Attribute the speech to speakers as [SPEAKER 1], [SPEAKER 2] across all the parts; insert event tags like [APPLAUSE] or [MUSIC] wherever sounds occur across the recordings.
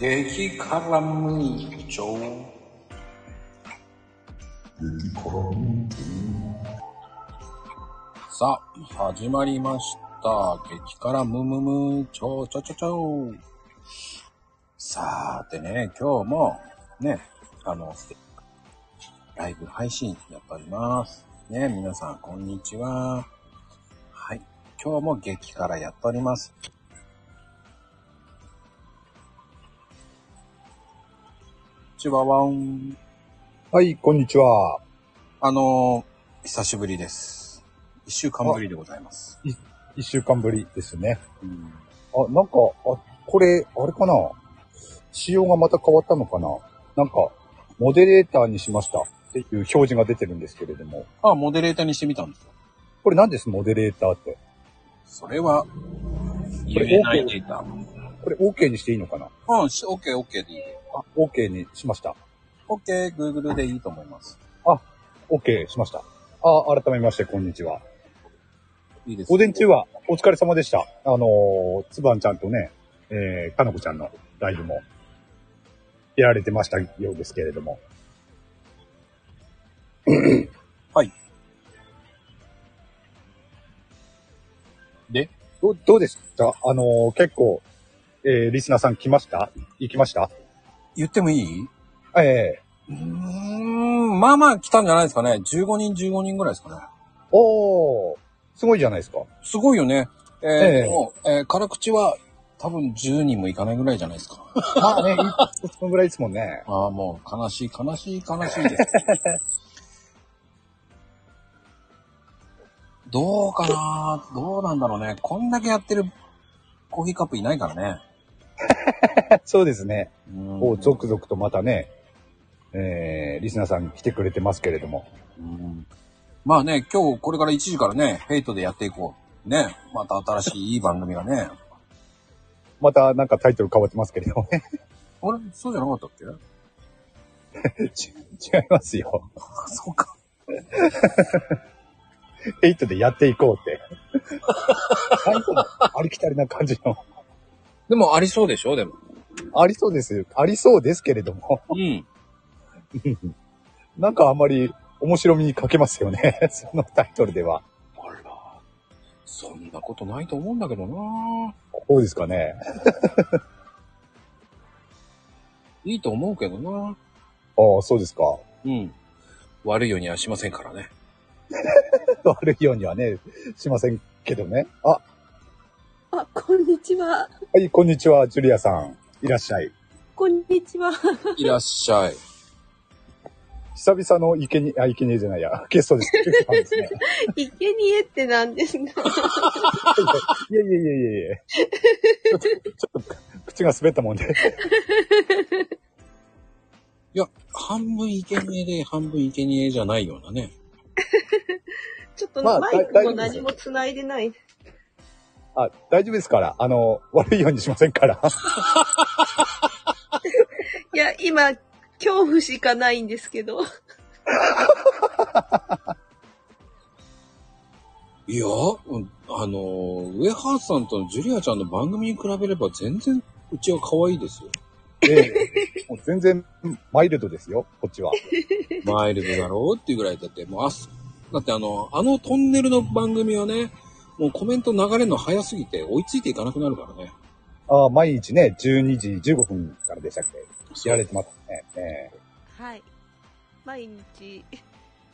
[SPEAKER 1] 激辛ムーチョ
[SPEAKER 2] 激辛ムーチョ
[SPEAKER 1] さあ、始まりました。激辛ムムムーチョチョチョチョさあ、でね、今日も、ね、あの、ライブ配信やっております。ね、皆さん、こんにちは。はい、今日も激辛やっております。チワワン。
[SPEAKER 2] はい、こんにちは。
[SPEAKER 1] あのー、久しぶりです。一週間ぶりでございます。
[SPEAKER 2] 一週間ぶりですね。
[SPEAKER 1] うん
[SPEAKER 2] あ、なんか、あ、これ、あれかな仕様がまた変わったのかななんか、モデレーターにしましたっていう表示が出てるんですけれども。
[SPEAKER 1] あ、モデレーターにしてみたんですよ。
[SPEAKER 2] これ何ですモデレーターって。
[SPEAKER 1] それは、
[SPEAKER 2] これ
[SPEAKER 1] 言えないデータ。
[SPEAKER 2] これ OK にしていいのかな
[SPEAKER 1] うん、し OK、OK でいい。
[SPEAKER 2] あ、OK にしました。
[SPEAKER 1] OK、Google でいいと思います。
[SPEAKER 2] OK しました。あ、改めまして、こんにちは。
[SPEAKER 1] いいです。
[SPEAKER 2] 午前中はお疲れ様でした。あのー、つばんちゃんとね、えー、かのこちゃんのライブも、やられてましたようですけれど [COUGHS] も。
[SPEAKER 1] はい。で
[SPEAKER 2] どう、どうでしたあのー、結構、えー、リスナーさん来ました行きました
[SPEAKER 1] 言ってもいい
[SPEAKER 2] ええ
[SPEAKER 1] うーん、まあまあ来たんじゃないですかね。15人、15人ぐらいですかね。
[SPEAKER 2] おー、すごいじゃないですか。
[SPEAKER 1] すごいよね。えー
[SPEAKER 2] ええ
[SPEAKER 1] もう、えー辛口は多分10人もいかないぐらいじゃないですか。
[SPEAKER 2] まあね、い [LAUGHS] そのぐらいですもんね。
[SPEAKER 1] ああ、もう悲しい、悲しい、悲しい [LAUGHS] です。どうかなどうなんだろうね。こんだけやってるコーヒーカップいないからね。
[SPEAKER 2] [LAUGHS] そうですね。
[SPEAKER 1] うん
[SPEAKER 2] こう、続々とまたね、えー、リスナーさん来てくれてますけれども。
[SPEAKER 1] うんまあね、今日これから1時からね、ヘイトでやっていこう。ね。また新しいいい番組がね。 [LAUGHS]
[SPEAKER 2] またなんかタイトル変わってますけれどもね。 [LAUGHS]
[SPEAKER 1] あれそうじゃなかったっけ
[SPEAKER 2] ち違いますよ。
[SPEAKER 1] あそうか。
[SPEAKER 2] ヘイトでやっていこうって。なんかありきたりな感じの。
[SPEAKER 1] でもありそうでしょでも。
[SPEAKER 2] ありそうです。ありそうですけれども。
[SPEAKER 1] うん。
[SPEAKER 2] なんかあんまり面白みに欠けますよね。 [LAUGHS] そのタイトルでは。
[SPEAKER 1] あら。そんなことないと思うんだけどな
[SPEAKER 2] そうですかね。
[SPEAKER 1] いいと思うけどな
[SPEAKER 2] ああ、そうですか。
[SPEAKER 1] うん。悪いようにはしませんからね。
[SPEAKER 2] 悪いようにはね、しませんけどね。あ、
[SPEAKER 3] あ、こんにちは。
[SPEAKER 2] はい、こんにちは、ジュリアさん。いらっしゃい。
[SPEAKER 3] こんにちは。
[SPEAKER 1] [LAUGHS] いらっしゃい。
[SPEAKER 2] 久々の生贄、あ、生贄じゃないや、ゲストです。ゲストさんですね。
[SPEAKER 3] いけにえってなんで
[SPEAKER 2] [LAUGHS]
[SPEAKER 3] すが。
[SPEAKER 2] いやいやいやいやいや。ちょっと、ちょっと、口が滑ったもんで。
[SPEAKER 1] いや、半分生贄で半分生贄じゃないようなね。
[SPEAKER 3] ちょっと
[SPEAKER 2] ま
[SPEAKER 3] ね
[SPEAKER 2] あ
[SPEAKER 3] マイク
[SPEAKER 2] だ大丈夫
[SPEAKER 3] も
[SPEAKER 2] です
[SPEAKER 3] 何も繋いでない。
[SPEAKER 2] あ、大丈夫ですから。あの、悪いようにしませんから。
[SPEAKER 3] いや、今、恐怖しかないんですけど。
[SPEAKER 1] いや、うんあのー、ウエハースさんとジュリアちゃんの番組に比べれば全然うちは可愛いです [LAUGHS] よ。
[SPEAKER 2] ええもう全然、マイルドですよ、こっちは。
[SPEAKER 1] マイルドだろうっていうぐらいだって、もうあす、だってあの、あのトンネルの番組はね、もうコメント流れるの早すぎて追いついていかなくなるからね。
[SPEAKER 2] ああ、毎日ね、12時15分からでしたっけやられてますね。ええ
[SPEAKER 3] はい。毎日、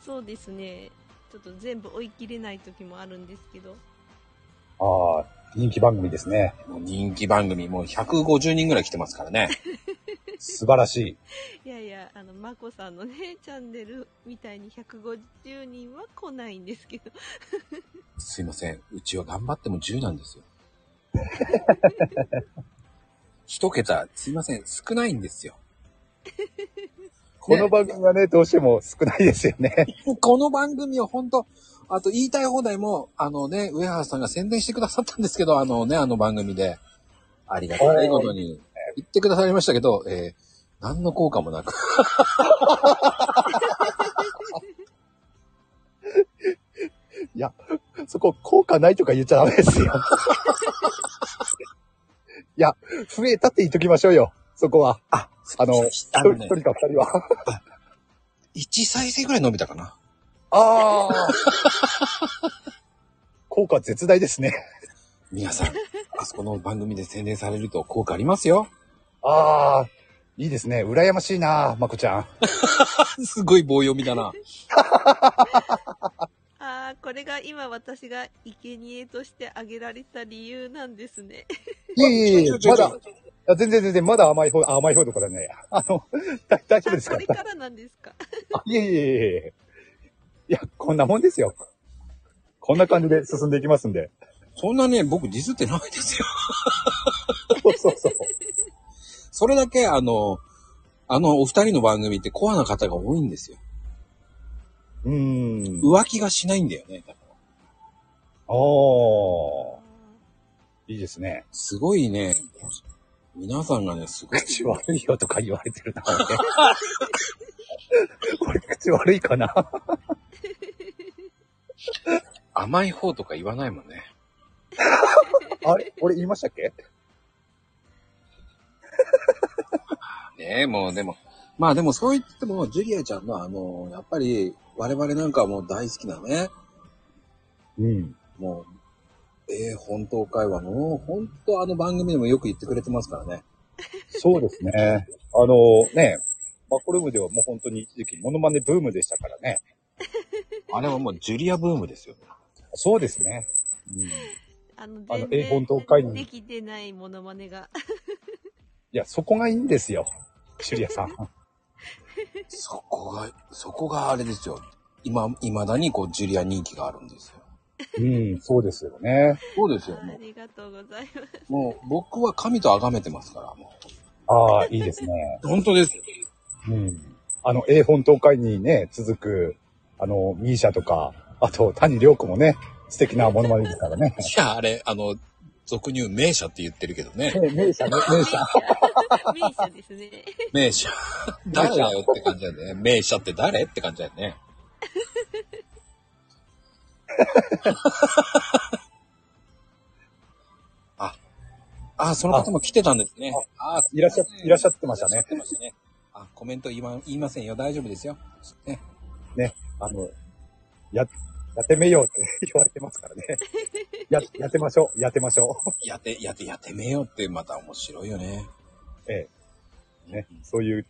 [SPEAKER 3] そうですね。ちょっと全部追い切れない時もあるんですけど。
[SPEAKER 2] ああ、人気番組ですね。
[SPEAKER 1] もう人気番組、もう150人ぐらい来てますからね。
[SPEAKER 2] 素晴らしい。
[SPEAKER 3] いやいや、あの、まこさんのね、チャンネルみたいに150人は来ないんですけど。
[SPEAKER 1] すいません。うちは頑張っても10なんですよ。 [LAUGHS] 一桁、すいません。少ないんですよ。
[SPEAKER 2] この番組はね、どうしても少ないですよね。
[SPEAKER 1] この番組を本当あと言いたい放題も、あのね、上原さんが宣伝してくださったんですけど、あのね、あの番組で。ありがたいことに言ってくださりましたけど、えー、何の効果もなく。
[SPEAKER 2] そこ、効果ないとか言っちゃダメですよ。いや、増えたって言っときましょうよ。そこは。
[SPEAKER 1] あ、
[SPEAKER 2] あの、一
[SPEAKER 1] あ
[SPEAKER 2] 人
[SPEAKER 1] の
[SPEAKER 2] 一
[SPEAKER 1] ね
[SPEAKER 2] 人、か二人は。
[SPEAKER 1] 1再生ぐらい伸びたかな。
[SPEAKER 2] ああ。 [LAUGHS] 効果絶大ですね。
[SPEAKER 1] 皆さん、あそこの番組で宣伝されると効果ありますよ。
[SPEAKER 2] ああ。いいですね。羨ましいな、まこちゃん。
[SPEAKER 1] すごい棒読みだな。
[SPEAKER 3] あー、これが今私が生贄としてあげられた理由なんですね。
[SPEAKER 2] いえいえいえ、
[SPEAKER 1] ちょ
[SPEAKER 2] ま
[SPEAKER 1] ちょ
[SPEAKER 2] だ、いや全然全然、まだ甘い方、あ甘い方とかだね。あの、 [LAUGHS] だ大丈夫です
[SPEAKER 3] あ
[SPEAKER 2] か
[SPEAKER 1] [LAUGHS]
[SPEAKER 3] これからなんです
[SPEAKER 2] [LAUGHS]
[SPEAKER 3] か。
[SPEAKER 2] いえいえいえいえ。いや、こんなもんですよ。こんな感じで進んでいきますんで。
[SPEAKER 1] そんなね、僕ディスってないですよ。
[SPEAKER 2] そうそうそう。
[SPEAKER 1] それだけ、あの、あのお二人の番組ってコアな方が多いんですよ。
[SPEAKER 2] うーん。
[SPEAKER 1] 浮気がしないんだよね。だから
[SPEAKER 2] おー、いいですね。
[SPEAKER 1] すごいね、皆さんがね、すごい。
[SPEAKER 2] 口悪いよとか言われてるな、
[SPEAKER 1] [LAUGHS]
[SPEAKER 2] 俺。俺、口悪いかな。
[SPEAKER 1] 甘い方とか言わないもんね。
[SPEAKER 2] あれ俺言いましたっけ
[SPEAKER 1] ねえ、もうでも、まあでもそう言っても、ジュリアちゃんのあの、やっぱり我々なんかはもう大好きなね、
[SPEAKER 2] うん。
[SPEAKER 1] もう、ええ本当会話の、本当あの番組でもよく言ってくれてますからね。
[SPEAKER 2] そうですね。あのね、マコルームではもう本当に一時期モノマネブームでしたからね。
[SPEAKER 1] あれはもうジュリアブームですよ。
[SPEAKER 2] そうですね。
[SPEAKER 1] うん、
[SPEAKER 3] あの、
[SPEAKER 2] あの
[SPEAKER 3] 全
[SPEAKER 2] 絵本
[SPEAKER 3] 然
[SPEAKER 2] と会に
[SPEAKER 3] できてないモノマネが。
[SPEAKER 2] いや、そこがいいんですよ。シュリアさん。
[SPEAKER 1] そこが、そこがあれですよ。今、未だにこう、ジュリア人気があるんですよ。
[SPEAKER 2] うん、そうですよね。
[SPEAKER 1] そうですよ。
[SPEAKER 3] [LAUGHS] あ
[SPEAKER 1] も
[SPEAKER 3] りがとうございます。
[SPEAKER 1] う、もう僕は神と崇めてますから、も
[SPEAKER 2] ああ、いいですね。
[SPEAKER 1] う。本当ですよ。
[SPEAKER 2] うん。あの、A 本東海にね、続く、あの、ミーシャとか、あと、谷良子もね、素敵なモノマネですからね。
[SPEAKER 1] いや、あれ、あの、俗に言う名車って言ってるけど
[SPEAKER 2] [LAUGHS]
[SPEAKER 1] ね。
[SPEAKER 2] ねミーシャね、ミーシャ。
[SPEAKER 3] 名車です
[SPEAKER 2] [LAUGHS]
[SPEAKER 3] ね。
[SPEAKER 1] 名車。誰だよって感じだよね。名車って誰って感じだよ
[SPEAKER 2] [LAUGHS]
[SPEAKER 1] ね。あ、あ、その方も来てたんですね。あ、
[SPEAKER 2] いらっしゃ、いらっしゃってました
[SPEAKER 1] いら
[SPEAKER 2] ね
[SPEAKER 1] っし。ゃってましたね。あ、コメント言いま言いませんよ。大丈夫ですよ。ね。
[SPEAKER 2] あの、や、やってみようって言われてますからね。や、やってましょう、やってましょう。
[SPEAKER 1] やって、やって、やってめようってまた面白いよね。
[SPEAKER 2] え
[SPEAKER 1] え
[SPEAKER 2] ね、そういう、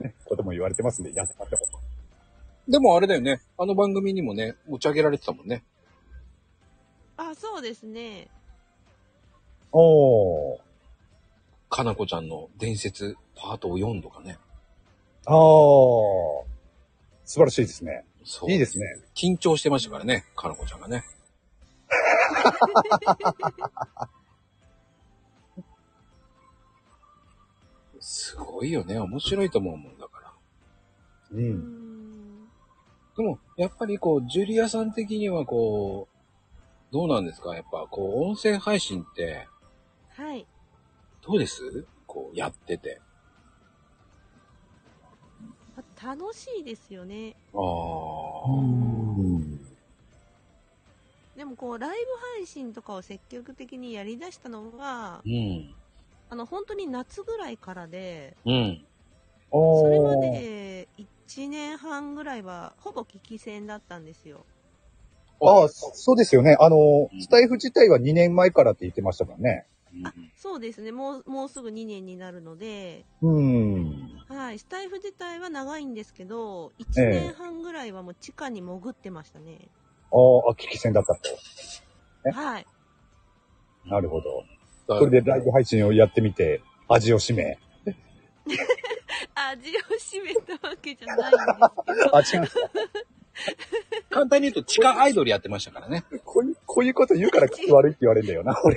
[SPEAKER 2] ね、ことも言われてますんで、やってましょう。
[SPEAKER 1] でもあれだよね。あの番組にもね、持ち上げられてたもんね。
[SPEAKER 3] あ、そうですね。
[SPEAKER 2] おー。
[SPEAKER 1] かなこちゃんの伝説パートを4とかね。
[SPEAKER 2] あー。素晴らしいですね。
[SPEAKER 1] そう。
[SPEAKER 2] いいですね。
[SPEAKER 1] 緊張してましたからね、かのこちゃんがね。すごいよね。面白いと思うもんだから。
[SPEAKER 2] う。
[SPEAKER 3] うんん。
[SPEAKER 1] でも、やっぱりこう、ジュリアさん的にはこう、どうなんですかやっぱこう、音声配信って、
[SPEAKER 3] はい。
[SPEAKER 1] どうですこう、やってて。
[SPEAKER 3] まあ楽しいですよね。
[SPEAKER 1] ああ。
[SPEAKER 3] でもこう、ライブ配信とかを積極的にやり出したのは
[SPEAKER 1] う、ん。
[SPEAKER 3] あの、本当に夏ぐらいからで、
[SPEAKER 1] うん。
[SPEAKER 2] おー。
[SPEAKER 3] それまで1年半ぐらいは、ほぼ危機戦だったんですよ。
[SPEAKER 2] ああ、そそうですよね。あの
[SPEAKER 1] う、ん
[SPEAKER 2] スタイフ自体は2年前からって言ってましたもんね。
[SPEAKER 1] うん
[SPEAKER 3] そうですね。もう、もうすぐ2年になるので、
[SPEAKER 2] うん。
[SPEAKER 3] はい。スタイフ自体は長いんですけど、1
[SPEAKER 2] ええ
[SPEAKER 3] 年半ぐらいはもう地下に潜ってましたね。
[SPEAKER 2] ああ、あ危機戦だったと。え
[SPEAKER 3] はい。
[SPEAKER 2] なるほど。それでライブ配信をやってみて、味を占め。
[SPEAKER 3] 味を占めたわけじゃないんですけど
[SPEAKER 2] あ、違う。
[SPEAKER 1] 簡単に言うと、地下アイドルやってましたから [LAUGHS] ね。
[SPEAKER 2] こういう、こういうこと言うから口悪いって言われるんだよな、俺。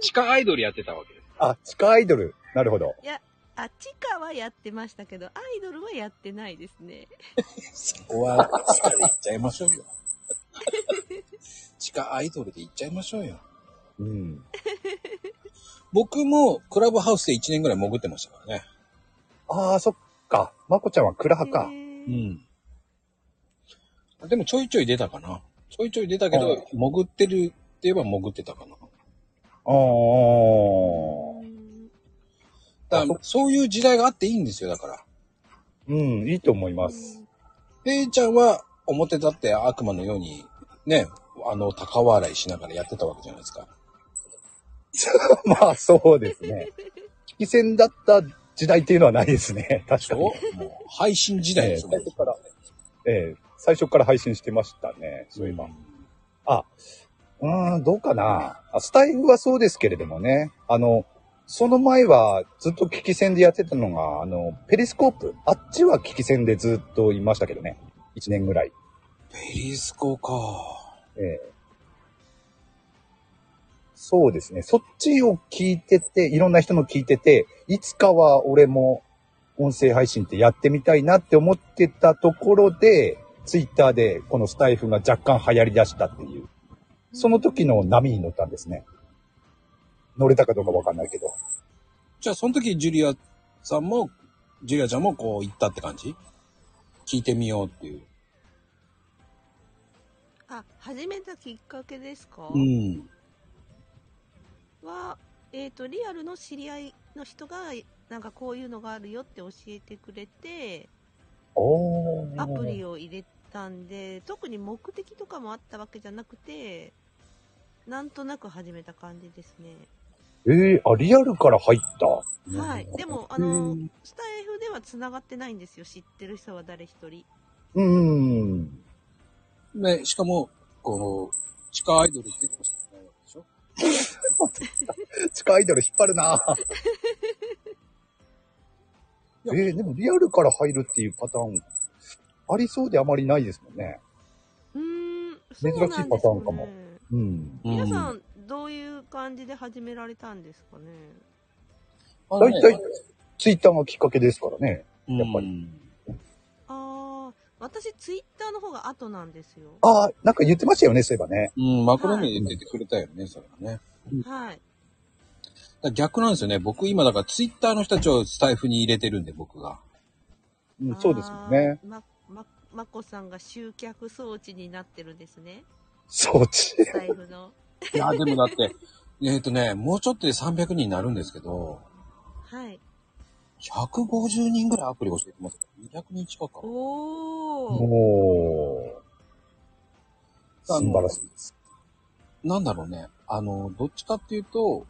[SPEAKER 1] 地下アイドルやってたわけです。
[SPEAKER 2] あ、地下アイドル。なるほど。
[SPEAKER 3] あ、地下はやってましたけど、アイドルはやってないですね。
[SPEAKER 1] そこは、地下で行っちゃいましょうよ。地下アイドルで行っちゃいましょうよ。
[SPEAKER 2] うん。
[SPEAKER 1] 僕もクラブハウスで1年ぐらい潜ってましたからね。
[SPEAKER 2] ああ、そっか。まこちゃんはクラハか
[SPEAKER 3] へ。ー
[SPEAKER 1] ん。でもちょいちょい出たかな。ちょいちょい出たけ
[SPEAKER 2] うん
[SPEAKER 1] ど、潜ってるって言えば潜ってたかな。
[SPEAKER 2] ああ。
[SPEAKER 3] うん
[SPEAKER 1] だからそういう時代があっていいんですよ、だから。
[SPEAKER 2] うん、いいと思います。
[SPEAKER 1] ペイちゃんは表立って悪魔のように、ね、あの、高笑いしながらやってたわけじゃないですか。
[SPEAKER 2] [LAUGHS] まあ、そうですね。 [LAUGHS] 危機戦だった時代っていうのはないです [LAUGHS] ね。確
[SPEAKER 1] そ
[SPEAKER 2] か
[SPEAKER 1] う
[SPEAKER 2] に。
[SPEAKER 1] もう配信時代ですもん
[SPEAKER 2] ええだからええ、最初から配信してましたね。そういえば。うーん、どうかな。あスタイフはそうですけれどもね。あの、その前はずっと危機戦でやってたのが、あの、ペリスコープ。あっちは危機戦でずっといましたけどね。1年ぐらい。
[SPEAKER 1] ペリスコか。
[SPEAKER 2] そうですね。そっちを聞いてて、いろんな人の聞いてて、いつかは俺も音声配信ってやってみたいなって思ってたところで、ツイッターでこのスタイフが若干流行り出したっていう、その時の波に乗ったんですね。乗れたかどうかわかんないけど。
[SPEAKER 1] じゃあ、その時、ジュリアさんも、ジュリアちゃんもこう言ったって感じ聞いてみようっていう。
[SPEAKER 3] あ、始めたきっかけですか、
[SPEAKER 1] うん。
[SPEAKER 3] は、えっ、と、リアルの知り合いの人が、なんかこういうのがあるよって教えてくれて、
[SPEAKER 2] おー
[SPEAKER 3] アプリを入れたんで、特に目的とかもあったわけじゃなくて、なんとなく始めた感じですね。
[SPEAKER 2] ええあ、リアルから入った。
[SPEAKER 3] はい。でも、あの、スタイフでは繋がってないんですよ。知ってる人は誰一人。
[SPEAKER 2] うーん。
[SPEAKER 1] ね、しかも、こう、地下アイドルってことしてないわけでしょ
[SPEAKER 2] 地下アイドル引っ張る
[SPEAKER 3] [LAUGHS]
[SPEAKER 2] なえーでもリアルから入るっていうパターン、ありそうであまりないですもんね。
[SPEAKER 3] うーん、
[SPEAKER 2] 珍しい
[SPEAKER 3] そうなんですね
[SPEAKER 2] パターンかもうん。
[SPEAKER 1] う
[SPEAKER 3] 皆さ
[SPEAKER 1] ん、
[SPEAKER 3] ん、どういう感じで始められたんですかね。
[SPEAKER 1] あの
[SPEAKER 2] だ
[SPEAKER 1] ね
[SPEAKER 2] いたい、ツイッターがきっかけですからね。やっぱり
[SPEAKER 1] うん
[SPEAKER 3] あー、私、ツイッターの方が後なんですよ。
[SPEAKER 2] ああ、なんか言ってましたよね、そういえばね。
[SPEAKER 1] うん、マクロミで出てくれたよね、それはね。だ
[SPEAKER 3] はい。
[SPEAKER 1] から逆なんですよね。僕今だからツイッターの人たちをスタイフに入れてるんで、僕が。
[SPEAKER 2] うん、そうですもんね。
[SPEAKER 3] あー。ま、ま、まこさんが集客装置になってるんですね。
[SPEAKER 2] 装置。
[SPEAKER 3] スタイフの。
[SPEAKER 1] いや、でもだって、 [LAUGHS] えっとね、もうちょっとで300人になるんですけど、
[SPEAKER 3] はい。
[SPEAKER 1] 150人ぐらいアプリ教えてますから。200人近くか。
[SPEAKER 3] おー。
[SPEAKER 2] おー。素
[SPEAKER 1] あの
[SPEAKER 2] 晴らしいです。
[SPEAKER 1] なんだろうね。あの、どっちかっていうと、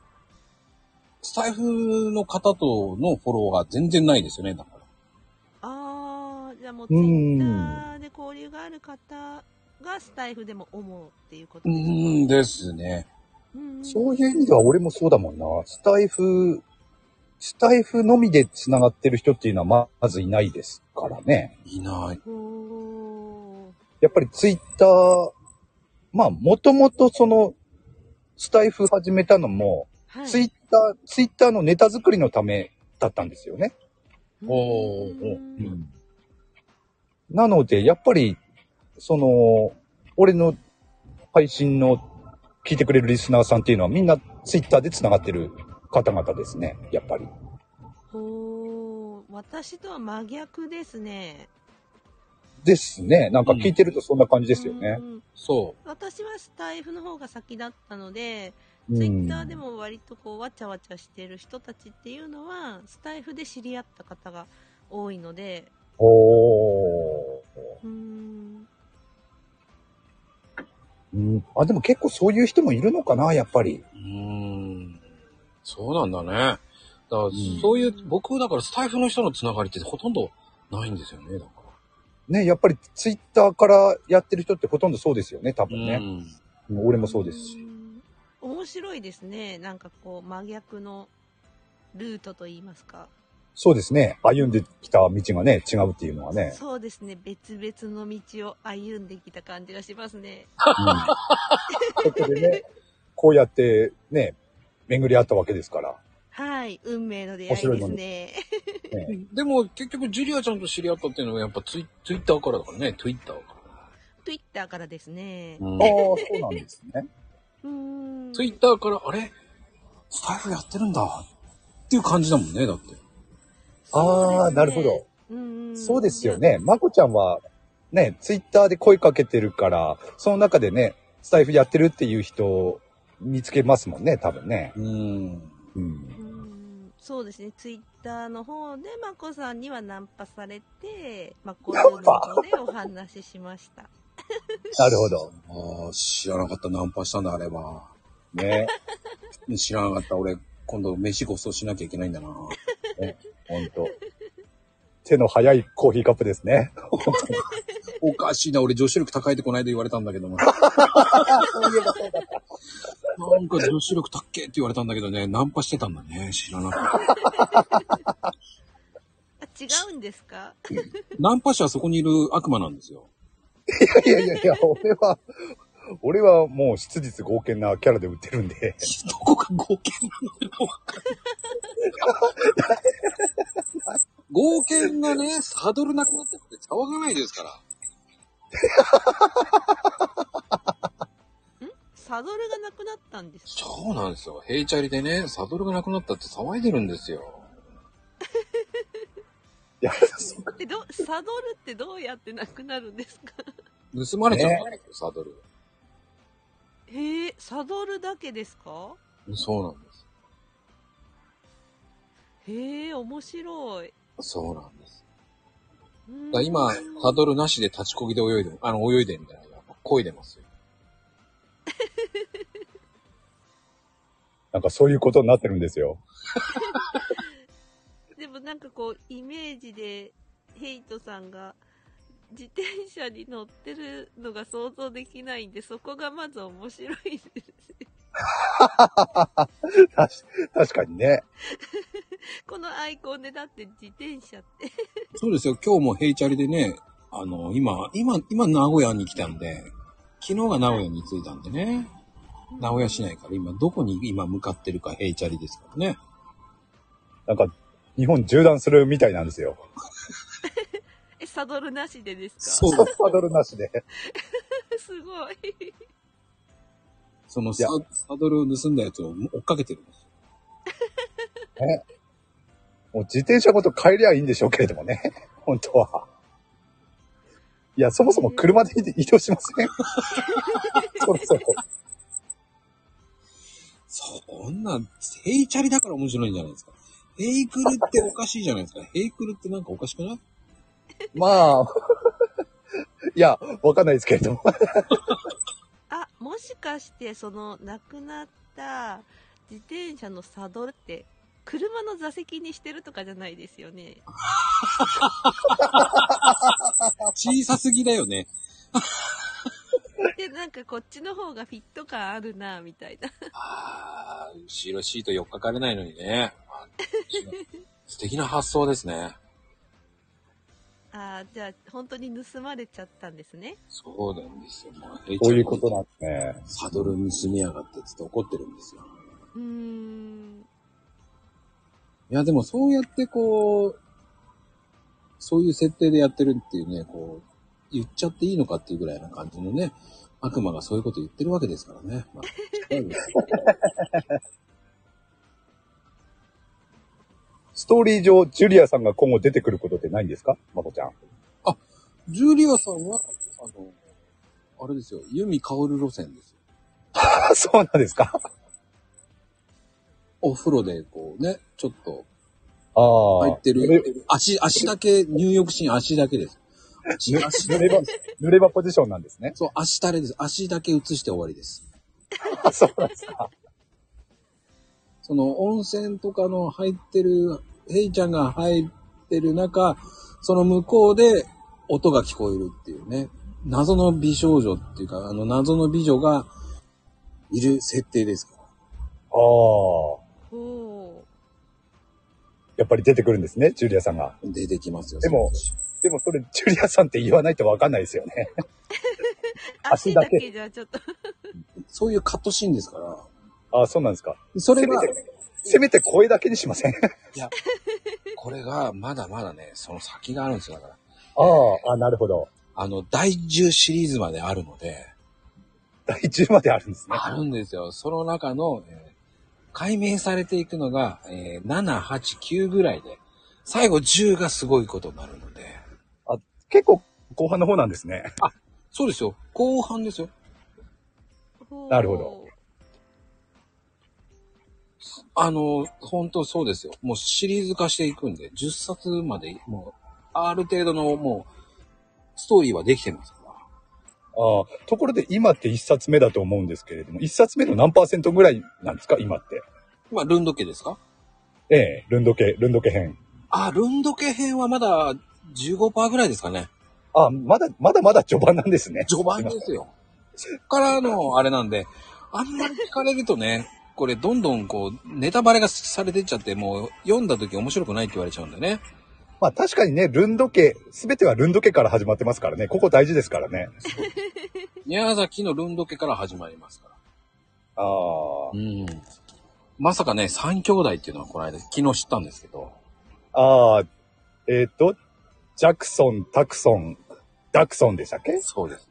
[SPEAKER 1] スタイフの方とのフォロワーが全然ないですよね、だから。
[SPEAKER 3] あー、じゃあもうツ
[SPEAKER 2] う
[SPEAKER 3] イ
[SPEAKER 2] ん
[SPEAKER 3] ッターで交流がある方がスタイフでも思うっていうこと
[SPEAKER 1] う
[SPEAKER 3] ですか
[SPEAKER 1] ーんですね。
[SPEAKER 3] うんうん
[SPEAKER 2] そういう意味では俺もそうだもんな。スタイフ、スタイフのみで繋がってる人っていうのはままずいないですからね。
[SPEAKER 1] いない。
[SPEAKER 3] おー
[SPEAKER 2] やっぱりツイッター、まあもともとその、スタイフ始めたのも、
[SPEAKER 3] はい。
[SPEAKER 2] ツイッター、ツイッターのネタ作りのためだったんですよね。
[SPEAKER 1] おー
[SPEAKER 3] うん
[SPEAKER 2] なので、やっぱり、その、俺の配信の聞いてくれるリスナーさんっていうのはみんなツイッターで繋がってる方々ですね、やっぱり。
[SPEAKER 3] おー私とは真逆ですね。
[SPEAKER 2] ですね。なんか聞いてるとそんな感じですよね
[SPEAKER 3] う。ん
[SPEAKER 1] そ
[SPEAKER 3] 私はスタイフの方が先だったので、
[SPEAKER 2] うん
[SPEAKER 3] ツイッターで。も割とこうわちゃわちゃしてる人たちっていうのは、スタイフで知り合った方が多いので、
[SPEAKER 2] おー。
[SPEAKER 3] うーん。
[SPEAKER 2] うん、あ、でも結構そういう人もいるのかな、やっぱり。
[SPEAKER 1] う。うーん。そうなんだね。だから、
[SPEAKER 2] ん
[SPEAKER 1] そういう、僕、だからスタイフの人のつながりってほとんどないんですよね、だか
[SPEAKER 2] ね、やっぱりツイッターからやってる人ってほとんどそうですよね、多
[SPEAKER 1] ら。
[SPEAKER 2] 分ね。
[SPEAKER 1] ん。
[SPEAKER 2] 俺もそうですし。
[SPEAKER 3] ん面白いですね。なんかこう真逆のルートといいますか。
[SPEAKER 2] そうですね。歩んできた道がね、違うっていうのはね。
[SPEAKER 3] そうですね。別々の道を歩んできた感じがしますね。
[SPEAKER 2] [LAUGHS] そこでね、こうやってね、巡り合ったわけですから。
[SPEAKER 3] はい。運命の出会いです [LAUGHS] ね。
[SPEAKER 1] でも、結局、ジュリアちゃんと知り合ったっていうのは、やっぱツイツイッターからだからね、ツイッターから。
[SPEAKER 3] Twitter からですね。
[SPEAKER 2] ああ、そうなんですね。
[SPEAKER 3] うーん。
[SPEAKER 1] ツイッターから、あれスタイフやってるんだっていう感じだもんね、だって。
[SPEAKER 2] ああ、なるほど。。
[SPEAKER 3] うんん
[SPEAKER 2] そうですよ。ね。まこちゃんは、ね、ツイッターで声かけてるから、その中でね、スタイフやってるっていう人を見つけますもんね、多分ね。
[SPEAKER 1] うん。
[SPEAKER 2] うん
[SPEAKER 3] う。んそうですね、ツイッターの方で、まこさんにはナンパされて、まこ
[SPEAKER 2] ナ
[SPEAKER 3] さんの
[SPEAKER 2] ンパ
[SPEAKER 3] ことでお話ししました。
[SPEAKER 2] なるほど。
[SPEAKER 1] ああ、知らなかった。ナンパしたんだ、あれは。
[SPEAKER 2] ね。
[SPEAKER 1] 知らなかった。俺、今度飯ごちそうしなきゃいけない [LAUGHS] んだな。
[SPEAKER 2] ほんと。手の早いコーヒーカップですね。
[SPEAKER 1] おかしいな。俺、女子力高いってこないだ言われたんだけどな。なんか女子力高っけって言われたんだけどね。ナンパしてたんだね。知らなかった。
[SPEAKER 3] あ、違うんですか
[SPEAKER 1] ナンパ師はそこにいる悪魔なんですよ。
[SPEAKER 2] いやいやいや、俺は、俺はもう質実剛健なキャラで売ってるんで。
[SPEAKER 1] どこが合計なのかわかんない。合計がね、サドルなくなってって騒がないですから。
[SPEAKER 3] サドルがなくなったんですか
[SPEAKER 1] そうなんですよ。ヘイチャリでね、サドルがなくなったって騒いでるんですよ。
[SPEAKER 2] いや、
[SPEAKER 3] え、ど、サドルってどうやってなくなるんですか [LAUGHS]
[SPEAKER 1] 盗まれちゃったんですよ、サドル。
[SPEAKER 3] へえ、サドルだけですか
[SPEAKER 1] そうなんです。
[SPEAKER 3] へえ、面白い。
[SPEAKER 1] そうなんです。
[SPEAKER 3] うーん
[SPEAKER 1] だから今、サドルなしで立ちこぎで泳いで、あの、泳いでんじゃないよ。漕いでますよ。
[SPEAKER 2] なんかそういうことになってるんですよ。
[SPEAKER 3] でもなんかこう、イメージで、ヘイトさんが、自転車に乗ってるのが想像できないんで、そこがまず面白いです。 [LAUGHS]
[SPEAKER 2] たし確かにね。
[SPEAKER 3] このアイコンでだって自転車って。
[SPEAKER 1] そうですよ。今日もヘイチャリでね、あの、今、今、今、名古屋に来たんで、昨日が名古屋に着いたんでね。名古屋市内から今、どこに今向かってるかヘイチャリですからね。
[SPEAKER 2] なんか、日本縦断するみたいなんですよ。
[SPEAKER 3] え、サドルなしでですか [LAUGHS]
[SPEAKER 1] そう
[SPEAKER 2] サドルなしで。
[SPEAKER 3] すごい。
[SPEAKER 1] その
[SPEAKER 2] い
[SPEAKER 1] サ
[SPEAKER 2] や
[SPEAKER 1] サドルを盗んだやつを追っかけてるんですよ。
[SPEAKER 2] もう自転車ごと帰りゃいいんでしょうけれどもね。本当は。いや、そもそも車で移動しま [LAUGHS] せんそろそろ。
[SPEAKER 1] そんな、ヘイチャリだから面白いんじゃないですか。ヘイクルっておかしいじゃないですか。ヘイクルってなんかおかしくない
[SPEAKER 2] まあ、いや、わかんないですけれども。
[SPEAKER 3] あ、もしかして、その、亡くなった自転車のサドルって、車の座席にしてるとかじゃないですよね。
[SPEAKER 1] 小さすぎだよね。
[SPEAKER 3] で、なんかこっちの方がフィット感あるな、みたいな。
[SPEAKER 1] ああ、後ろシート4日かれないのにね。あ素敵な発想ですね。
[SPEAKER 3] ああ、じゃあ、本当に盗まれちゃったんですね。
[SPEAKER 1] そうなんですよ。もうヘイ
[SPEAKER 2] そういうことなんですね。
[SPEAKER 1] サドル盗みやがってつって怒ってるんですよ。
[SPEAKER 3] うーん。
[SPEAKER 1] いや、でもそうやってこう、そういう設定でやってるっていうね、こう、言っちゃっていいのかっていうぐらいな感じのね、悪魔がそういうこと言ってるわけですからね。まあ、近いですよ
[SPEAKER 2] ストーリー上、ジュリアさんが今後出てくることってないんですかまこちゃん。
[SPEAKER 1] ジュリアさんは、あの、あれですよ、ユミカオル路線ですよ。
[SPEAKER 2] あそうなんですか
[SPEAKER 1] お風呂でこうね、ちょっと
[SPEAKER 2] ああ。
[SPEAKER 1] 入って
[SPEAKER 2] 濡れ
[SPEAKER 1] る。足、足だけ、入浴シーン足だけです。足、足だ
[SPEAKER 2] 濡れ場、濡れ場ポジションなんですね。
[SPEAKER 1] そう、足垂れです。足だけ映して終わりです。
[SPEAKER 2] [LAUGHS] あそうなんですか。
[SPEAKER 1] その温泉とかの入ってる、ヘイちゃんが入ってる中、その向こうで音が聞こえるっていうね、謎の美少女っていうか、あの謎の美女がいる設定ですから。
[SPEAKER 2] ああ。
[SPEAKER 3] ほ
[SPEAKER 2] やっぱり出てくるんですね、ジュリアさんが。
[SPEAKER 1] 出てきますよ。
[SPEAKER 2] でもでもそれ、ジュリアさんって言わないとわかんないですよね。
[SPEAKER 3] う。
[SPEAKER 2] 足
[SPEAKER 3] 足
[SPEAKER 2] だ
[SPEAKER 3] だ
[SPEAKER 2] け
[SPEAKER 3] けじゃちょっと。
[SPEAKER 1] そういうカットシーンですから。
[SPEAKER 2] ああ、そうなんですか。
[SPEAKER 1] それが
[SPEAKER 2] せ、めて、せめて声だけにしません。あ
[SPEAKER 1] これがまだまだね、その先があるんですよ。だから、
[SPEAKER 2] あ、あなるほど。
[SPEAKER 1] あの、第10シリーズまであるので、
[SPEAKER 2] 第10まであるんですね。
[SPEAKER 1] あるんですよ。その中の、えー解明されていくのが、えー7、8、9ぐらいで、最後10がすごいことになるので。
[SPEAKER 2] 結構、後半の方なんですね。
[SPEAKER 1] そうですよ。後半ですよ。
[SPEAKER 3] ほう
[SPEAKER 2] なるほど。
[SPEAKER 1] あの、本当そうですよ。もうシリーズ化していくんで、10冊まで、もう、ある程度の、もう、ストーリーはできてますから。
[SPEAKER 2] ああ、ところで今って1冊目だと思うんですけれども、1冊目の何パーセントぐらいなんですか今って。
[SPEAKER 1] まあ、ルンド家ですか
[SPEAKER 2] ええ、ルンド系、ルンド系編。
[SPEAKER 1] あ、ルンド家編はまだ15%ぐらいですかね。
[SPEAKER 2] ああ、まだ、まだまだ序盤なんですね。
[SPEAKER 1] 序盤ですよ。そっからの、あれなんで、あんまり聞かれるとね、これどんどんこう、ネタバレがされてっちゃって、もう読んだ時面白くないって言われちゃうんだよね。
[SPEAKER 2] まあ確かにね、ルンド系、すべてはルンド系から始まってますからね。ここ大事ですからね。
[SPEAKER 1] 宮崎のルンド家から始まりますから。
[SPEAKER 2] ああ
[SPEAKER 1] う。ん。まさかね、三兄弟っていうのはこの間、昨日知ったんですけど、
[SPEAKER 2] ああ、えっ、と、ジャクソン、タクソン、ダクソンでしたっけ
[SPEAKER 1] そうです。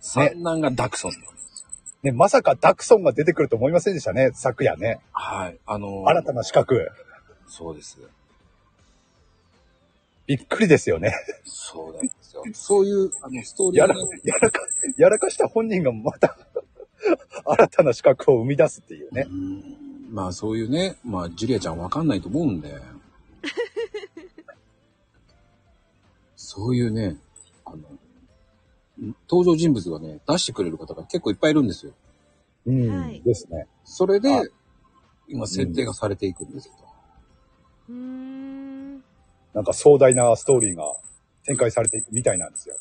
[SPEAKER 1] 三男がダクソンなんです。
[SPEAKER 2] ね、まさかダクソンが出てくると思いませんでしたね、昨夜ね。
[SPEAKER 1] はい。あのー
[SPEAKER 2] 新たな資格。
[SPEAKER 1] そうです。
[SPEAKER 2] びっくりですよね。
[SPEAKER 1] そうなんですよ。そういう、あの、ストーリー
[SPEAKER 2] や
[SPEAKER 1] が
[SPEAKER 2] ら、やらか、やらかした本人がまた、 [LAUGHS] 新たな資格を生み出すっていうね。
[SPEAKER 1] うんまあそういうね、まあジュリアちゃんわかんないと思うんで。そういうね、あの、登場人物がね、出してくれる方が結構いっぱいいるんですよ。
[SPEAKER 2] うん、
[SPEAKER 3] はい
[SPEAKER 2] ですね。
[SPEAKER 1] それで
[SPEAKER 2] あ、
[SPEAKER 1] 今設定がされていくんですけど。
[SPEAKER 3] うーん。
[SPEAKER 2] なんか壮大なストーリーが展開されていくみたいなんですよ。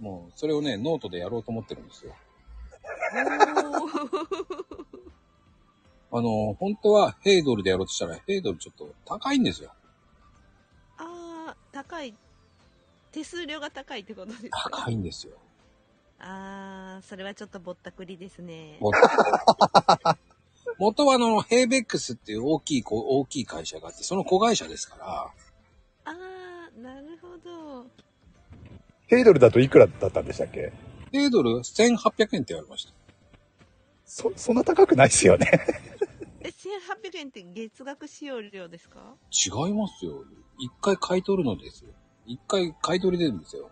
[SPEAKER 1] もう、それをね、ノートでやろうと思ってるんですよ。あの、本当はヘイドルでやろうとしたら、ヘイドルちょっと高いんですよ。
[SPEAKER 3] ああ、高い。手数料が高いってことですね。
[SPEAKER 1] 高いんですよ。
[SPEAKER 3] ああ、それはちょっとぼったくりですね。
[SPEAKER 1] も元はあの、ヘイベックスっていう大きいこ、大きい会社があって、その子会社ですから、
[SPEAKER 3] ああ、なるほど。
[SPEAKER 2] ヘイドルだといくらだったんでしたっけ
[SPEAKER 1] ヘイドル1800円って言われました。
[SPEAKER 2] そ、そんな高くないですよね。
[SPEAKER 3] え、1800円って月額使用料ですか
[SPEAKER 1] 違いますよ。一回買い取るのですよ。一回買い取りでるんですよ。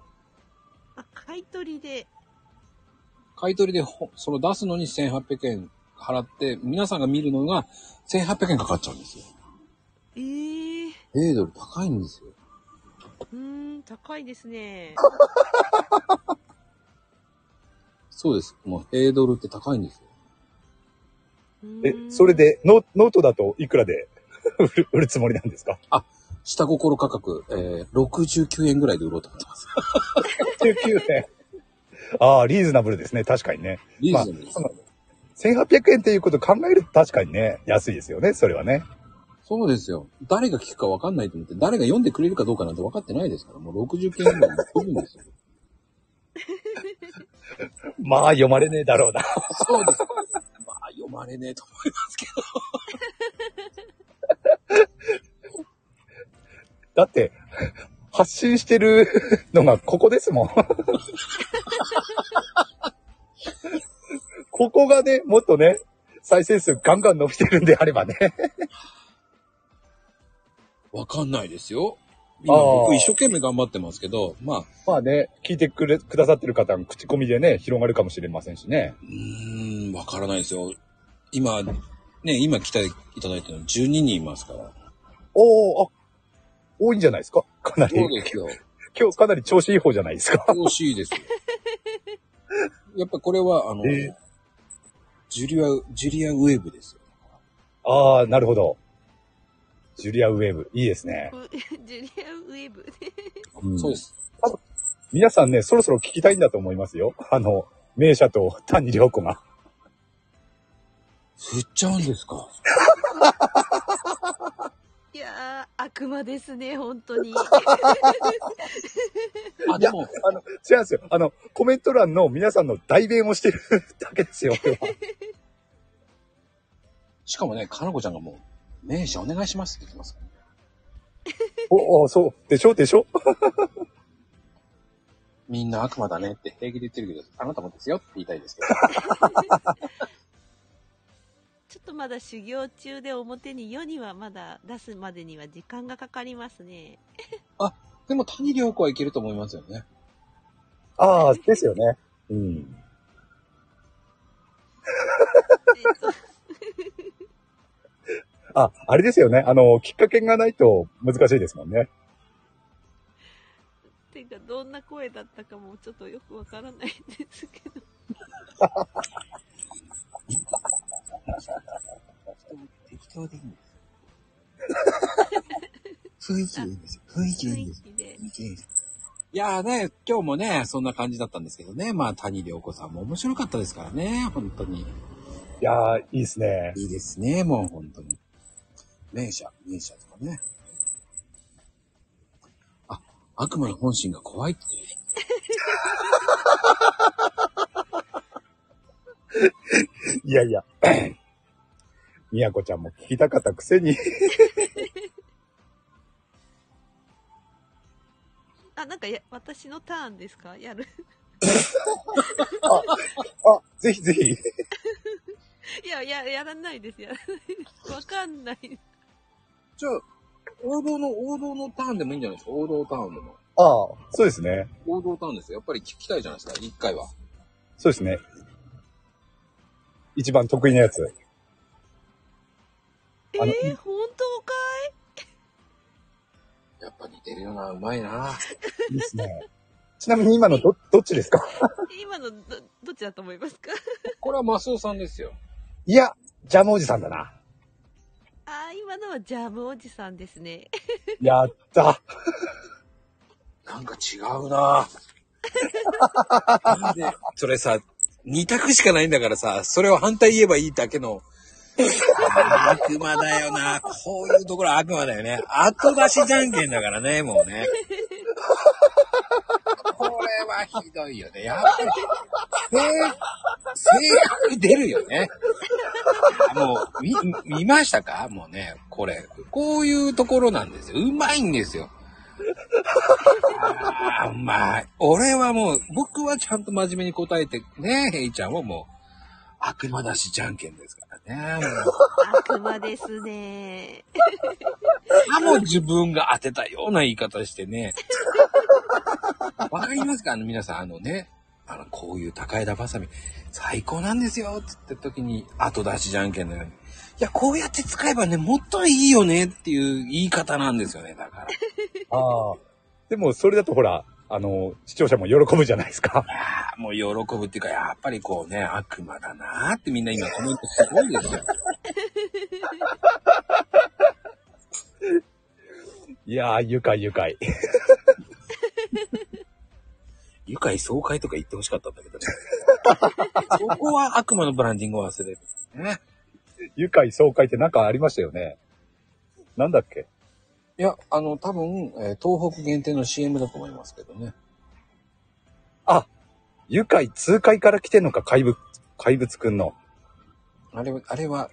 [SPEAKER 3] あ、買い取りで。
[SPEAKER 1] 買い取りでほ、その出すのに1800円払って、皆さんが見るのが1800円かかっちゃうんですよ。
[SPEAKER 3] ええー。
[SPEAKER 1] ヘイドル高いんですよ。
[SPEAKER 3] うーん、高いですね。
[SPEAKER 1] そうです。もうヘイドルって高いんですよ。
[SPEAKER 3] う
[SPEAKER 2] え
[SPEAKER 3] ー、ん
[SPEAKER 2] それ。でノ、ノートだといくらで [LAUGHS] 売る、売るつもりなんですか
[SPEAKER 1] 下心価格、えー、69円ぐらいで売ろうと思ってます。
[SPEAKER 2] ?19
[SPEAKER 3] [LAUGHS]
[SPEAKER 2] 円。ああ、リーズナブルですね。確かにね。
[SPEAKER 1] リーズナブルです。
[SPEAKER 2] その1800円っていうことを考えると確かにね、安いですよね。それはね。
[SPEAKER 1] そうですよ。誰が聞くか分かんないと思って、誰が読んでくれるかどうかなんて分かってないですから、もう60件ぐらい飛ぶんですよ。
[SPEAKER 2] まあ、読まれねえだろうな。
[SPEAKER 1] [LAUGHS] そうです。 [LAUGHS] まあ、読まれねえと思いますけど。
[SPEAKER 2] だって、発信してる [LAUGHS] のがここです
[SPEAKER 3] [LAUGHS]
[SPEAKER 2] もん。ここがね、もっとね、再生数ガンガン伸びてるんであればね。
[SPEAKER 1] 分かんないですよ。今
[SPEAKER 2] あー
[SPEAKER 1] 僕一生懸命頑張ってますけど、まあ、
[SPEAKER 2] まあね、聞いてくれ、くださってる方の口コミでね、広がるかもしれませんしね。
[SPEAKER 1] うーん、分からないですよ。今、ね、今来ていただいてるの12人いますから。
[SPEAKER 2] おー、あ、多いんじゃないですかかなり。
[SPEAKER 1] そうですよ。
[SPEAKER 2] 今日かなり調子いい方じゃないですか。
[SPEAKER 1] 欲しい [LAUGHS] ですよ。やっぱこれは、あの、
[SPEAKER 2] えー
[SPEAKER 1] ジュリア、ジュリアウェーブですよ。
[SPEAKER 2] ああ、なるほど。ジュリアウェーブ。いいですね。
[SPEAKER 3] うジュリアウェーブ。 [LAUGHS]
[SPEAKER 2] うん
[SPEAKER 1] そうです。
[SPEAKER 2] 皆さんね、そろそろ聞きたいんだと思いますよ。あの、名車と谷良子が。
[SPEAKER 1] 振っちゃうんですか。
[SPEAKER 3] いやー、悪魔ですね、本当
[SPEAKER 1] [LAUGHS]
[SPEAKER 3] に。
[SPEAKER 1] あ、でも、
[SPEAKER 2] あの、違うんですよ。あの、コメント欄の皆さんの代弁をしてるだけですよ、俺は。
[SPEAKER 1] しかもね、かなこちゃんがもう、名車お願いしますって言ってますから、
[SPEAKER 2] お、お、そう。でしょでしょ
[SPEAKER 1] みんな悪魔だねって平気で言ってるけど、あなたもですよって言いたいですけど。
[SPEAKER 3] ちょっとまだ修行中で表に世にはまだ出すまでには時間がかかります
[SPEAKER 1] [LAUGHS]
[SPEAKER 3] ね。
[SPEAKER 1] でも谷良子はいけると思いますよね。
[SPEAKER 2] ああ、ですよね。うん。
[SPEAKER 3] えっと
[SPEAKER 2] あ、あれですよね。あの、きっかけがないと難しいですもんね。
[SPEAKER 3] ていうか、どんな声だったかもちょっとよくわからないんですけど。
[SPEAKER 1] 適当でいいんです。雰囲気いいんですよ。雰囲気いい
[SPEAKER 3] 雰
[SPEAKER 1] ん
[SPEAKER 3] 囲
[SPEAKER 1] です。
[SPEAKER 3] 気で。
[SPEAKER 1] 雰囲気いいんです。いやーね、今日もね、そんな感じだったんですけどね。まあ、谷良子さんも面白かったですからね、本当に。
[SPEAKER 2] いやー、いいですね。
[SPEAKER 1] いいですね、もう本当に。名車、名車とかね。あ、悪魔の本心が怖いって。
[SPEAKER 2] いやい [CLEARS THROAT] や。みやこちゃんも聞きたかったくせに。 [LAUGHS]
[SPEAKER 3] あ、なんかや、私のターンですかやる。
[SPEAKER 2] あ、ぜひぜひ。
[SPEAKER 3] [LAUGHS] いや、や、やらないです。やらない [LAUGHS] です。わかんない。
[SPEAKER 1] じゃあ、王道の、王道のターンでもいいんじゃないですか王道ターンでも。
[SPEAKER 2] ああ、そうですね。
[SPEAKER 1] 王道ターンですよ。やっぱり聞きたいじゃないですか、一回は。
[SPEAKER 2] そうですね。一番得意なやつ。
[SPEAKER 3] え
[SPEAKER 2] あの
[SPEAKER 3] ー、本当か
[SPEAKER 1] やっぱ似てるよな、うまいな。
[SPEAKER 2] いいですね。 [LAUGHS] ちなみに今のど、どっちですか
[SPEAKER 3] 今のど、どっちだと思いますか
[SPEAKER 1] これはマスオさんですよ。
[SPEAKER 2] いや、ジャムおじさんだな。
[SPEAKER 3] あー、今のはジャムおじさんですね。
[SPEAKER 2] やった。
[SPEAKER 1] なんか違う [LAUGHS] な。なんでそれさ、二択しかないんだからさ、それを反対言えばいいだけの、あー悪魔だよな。こういうところは悪魔だよね。後出しじゃんけんだからね、もうね。これはひどいよね。やっぱり、性性格出るよね。もう、見、見ましたかもうね、これ。こういうところなんですよ。うまいんですよ。あーうまい。俺はもう、僕はちゃんと真面目に答えて、ねヘイちゃんはもう、悪魔なしじゃんけんですからね。もう
[SPEAKER 3] 悪魔ですね。
[SPEAKER 1] さも自分が当てたような言い方してね。わかりますかあの皆さん、あのね、あの、こういう高枝バサミ、最高なんですよつって時に、後出しじゃんけんのように。いや、こうやって使えばね、もっといいよねっていう言い方なんですよね、だから。
[SPEAKER 2] ああ。でも、それだとほら、あの、視聴者も喜ぶじゃないですか。 [LAUGHS]
[SPEAKER 1] あーもう喜ぶっていうか、やっぱりこうね、悪魔だなーってみんな今コメントすごいですよ。
[SPEAKER 2] いやー、愉快愉快。
[SPEAKER 1] 愉快爽快とか言ってほしかったんだけど [LAUGHS] ね。そこは悪魔のブランディングを忘れる。ね。
[SPEAKER 2] 愉快爽快ってなんかありましたよね。なんだっけ
[SPEAKER 1] いや、あの、多分、えー東北限定の CM だと思いますけどね。
[SPEAKER 2] あ、愉快痛快から来てんのか、怪物、怪物くんの。
[SPEAKER 1] あれは、あれは、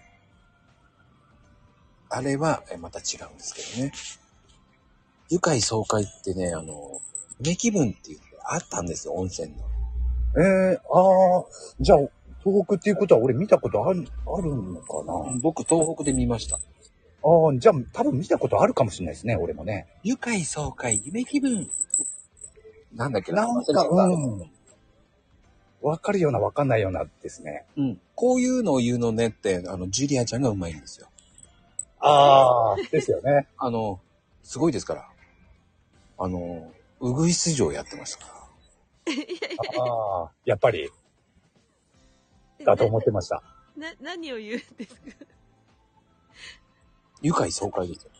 [SPEAKER 1] あれは、えーまた違うんですけどね。愉快爽快ってね、あの、夢気分っていうのがあったんですよ、温泉の。
[SPEAKER 2] ええああ、じゃあ、東北っていうことは俺見たことある、あるのかな
[SPEAKER 1] 僕、東北で見ました。
[SPEAKER 2] ああ、じゃあ多分見たことあるかもしれないですね、俺もね。
[SPEAKER 1] 愉快爽快、夢気分。なんだっけ
[SPEAKER 2] なんか、うん。わかるようなわかんないようなですね。
[SPEAKER 1] うん。こういうのを言うのねって、あの、ジュリアちゃんがうまいんですよ。
[SPEAKER 2] ああ、ですよね。
[SPEAKER 1] あの、すごいですから。あの、うぐいす嬢やってましたか。
[SPEAKER 2] [LAUGHS] ああ、やっぱり、だと思ってました。
[SPEAKER 3] な、何を言うんですから
[SPEAKER 1] 愉快爽快ですよ。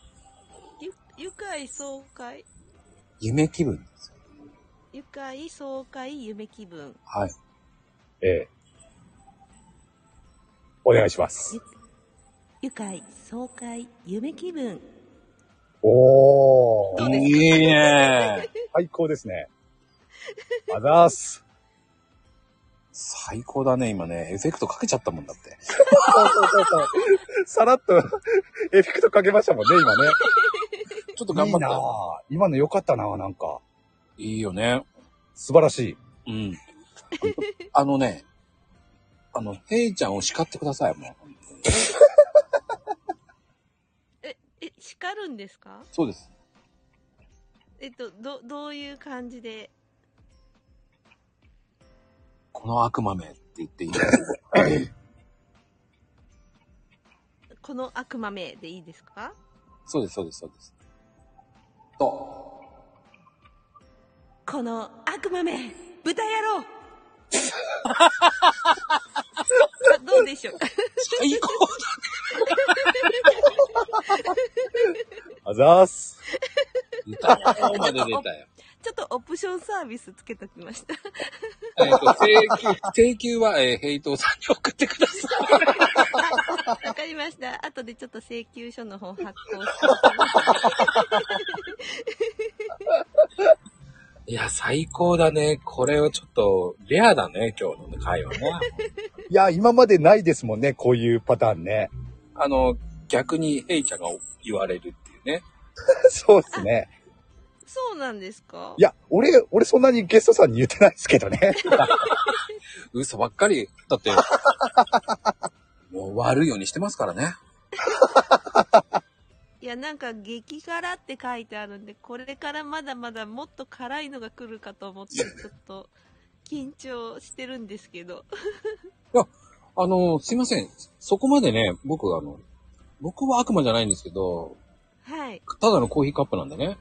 [SPEAKER 3] ゆ愉快爽快
[SPEAKER 1] 夢気分ですよ。
[SPEAKER 3] 愉快爽快夢気分
[SPEAKER 1] はい。
[SPEAKER 2] ええお願いします。
[SPEAKER 3] 愉快爽快夢気分
[SPEAKER 2] お
[SPEAKER 3] ど
[SPEAKER 2] ー
[SPEAKER 3] う、ですか
[SPEAKER 1] いいね。
[SPEAKER 2] 最高ですね。あざーす。
[SPEAKER 1] 最高だね、今ね。エフェクトかけちゃったもんだって。
[SPEAKER 2] そうそうそうそう。さらっと、エフェクトかけましたもんね、今ね。
[SPEAKER 1] ちょっと頑張
[SPEAKER 2] いいな
[SPEAKER 1] っ
[SPEAKER 2] あ今の良かったなあなんか。
[SPEAKER 1] て。いいよね。
[SPEAKER 2] 素晴らしい。
[SPEAKER 1] [LAUGHS] うん。あのね、あの、ヘイちゃんを叱ってください、もう。
[SPEAKER 3] え叱るんですか
[SPEAKER 1] そうです。
[SPEAKER 3] えっとどどういう感じで
[SPEAKER 1] この悪魔めって言っていい
[SPEAKER 3] 言この悪魔めでいいですか
[SPEAKER 1] そうです、そうです、そう [LAUGHS] です。と、
[SPEAKER 3] この悪魔め豚野
[SPEAKER 2] [LAUGHS]
[SPEAKER 3] 郎あどうでしょうか
[SPEAKER 1] 最高
[SPEAKER 2] あざーす。
[SPEAKER 1] だ歌顔まで出たよ。
[SPEAKER 3] ちょっとオプションサービスつけときました。
[SPEAKER 1] えっと、請求、請求は、えー、ヘイトさんに送ってください。
[SPEAKER 3] わかりました。後でちょっと請求書の方発行しておきます。
[SPEAKER 1] いや、最高だね。これをちょっと、レアだね、今日の会話ね。
[SPEAKER 2] いや、今までないですもんね、こういうパターンね。 [LAUGHS]
[SPEAKER 1] あの、逆にヘイちゃんが言われるっていうね。
[SPEAKER 2] そうですね。
[SPEAKER 3] そうなんですか
[SPEAKER 2] いや、俺、俺そんなにゲストさんに言ってないですけどね。 [LAUGHS]
[SPEAKER 1] 嘘ばっかり。だって、もう悪いようにしてますからね。
[SPEAKER 3] いや、なんか激辛って書いてあるんで、これからまだまだもっと辛いのが来るかと思って、ちょっと緊張してるんですけど。
[SPEAKER 1] あの、すいません。そこまでね、僕、あの、僕は悪魔じゃないんですけど、
[SPEAKER 3] はい。
[SPEAKER 1] ただのコーヒーカップなんでね。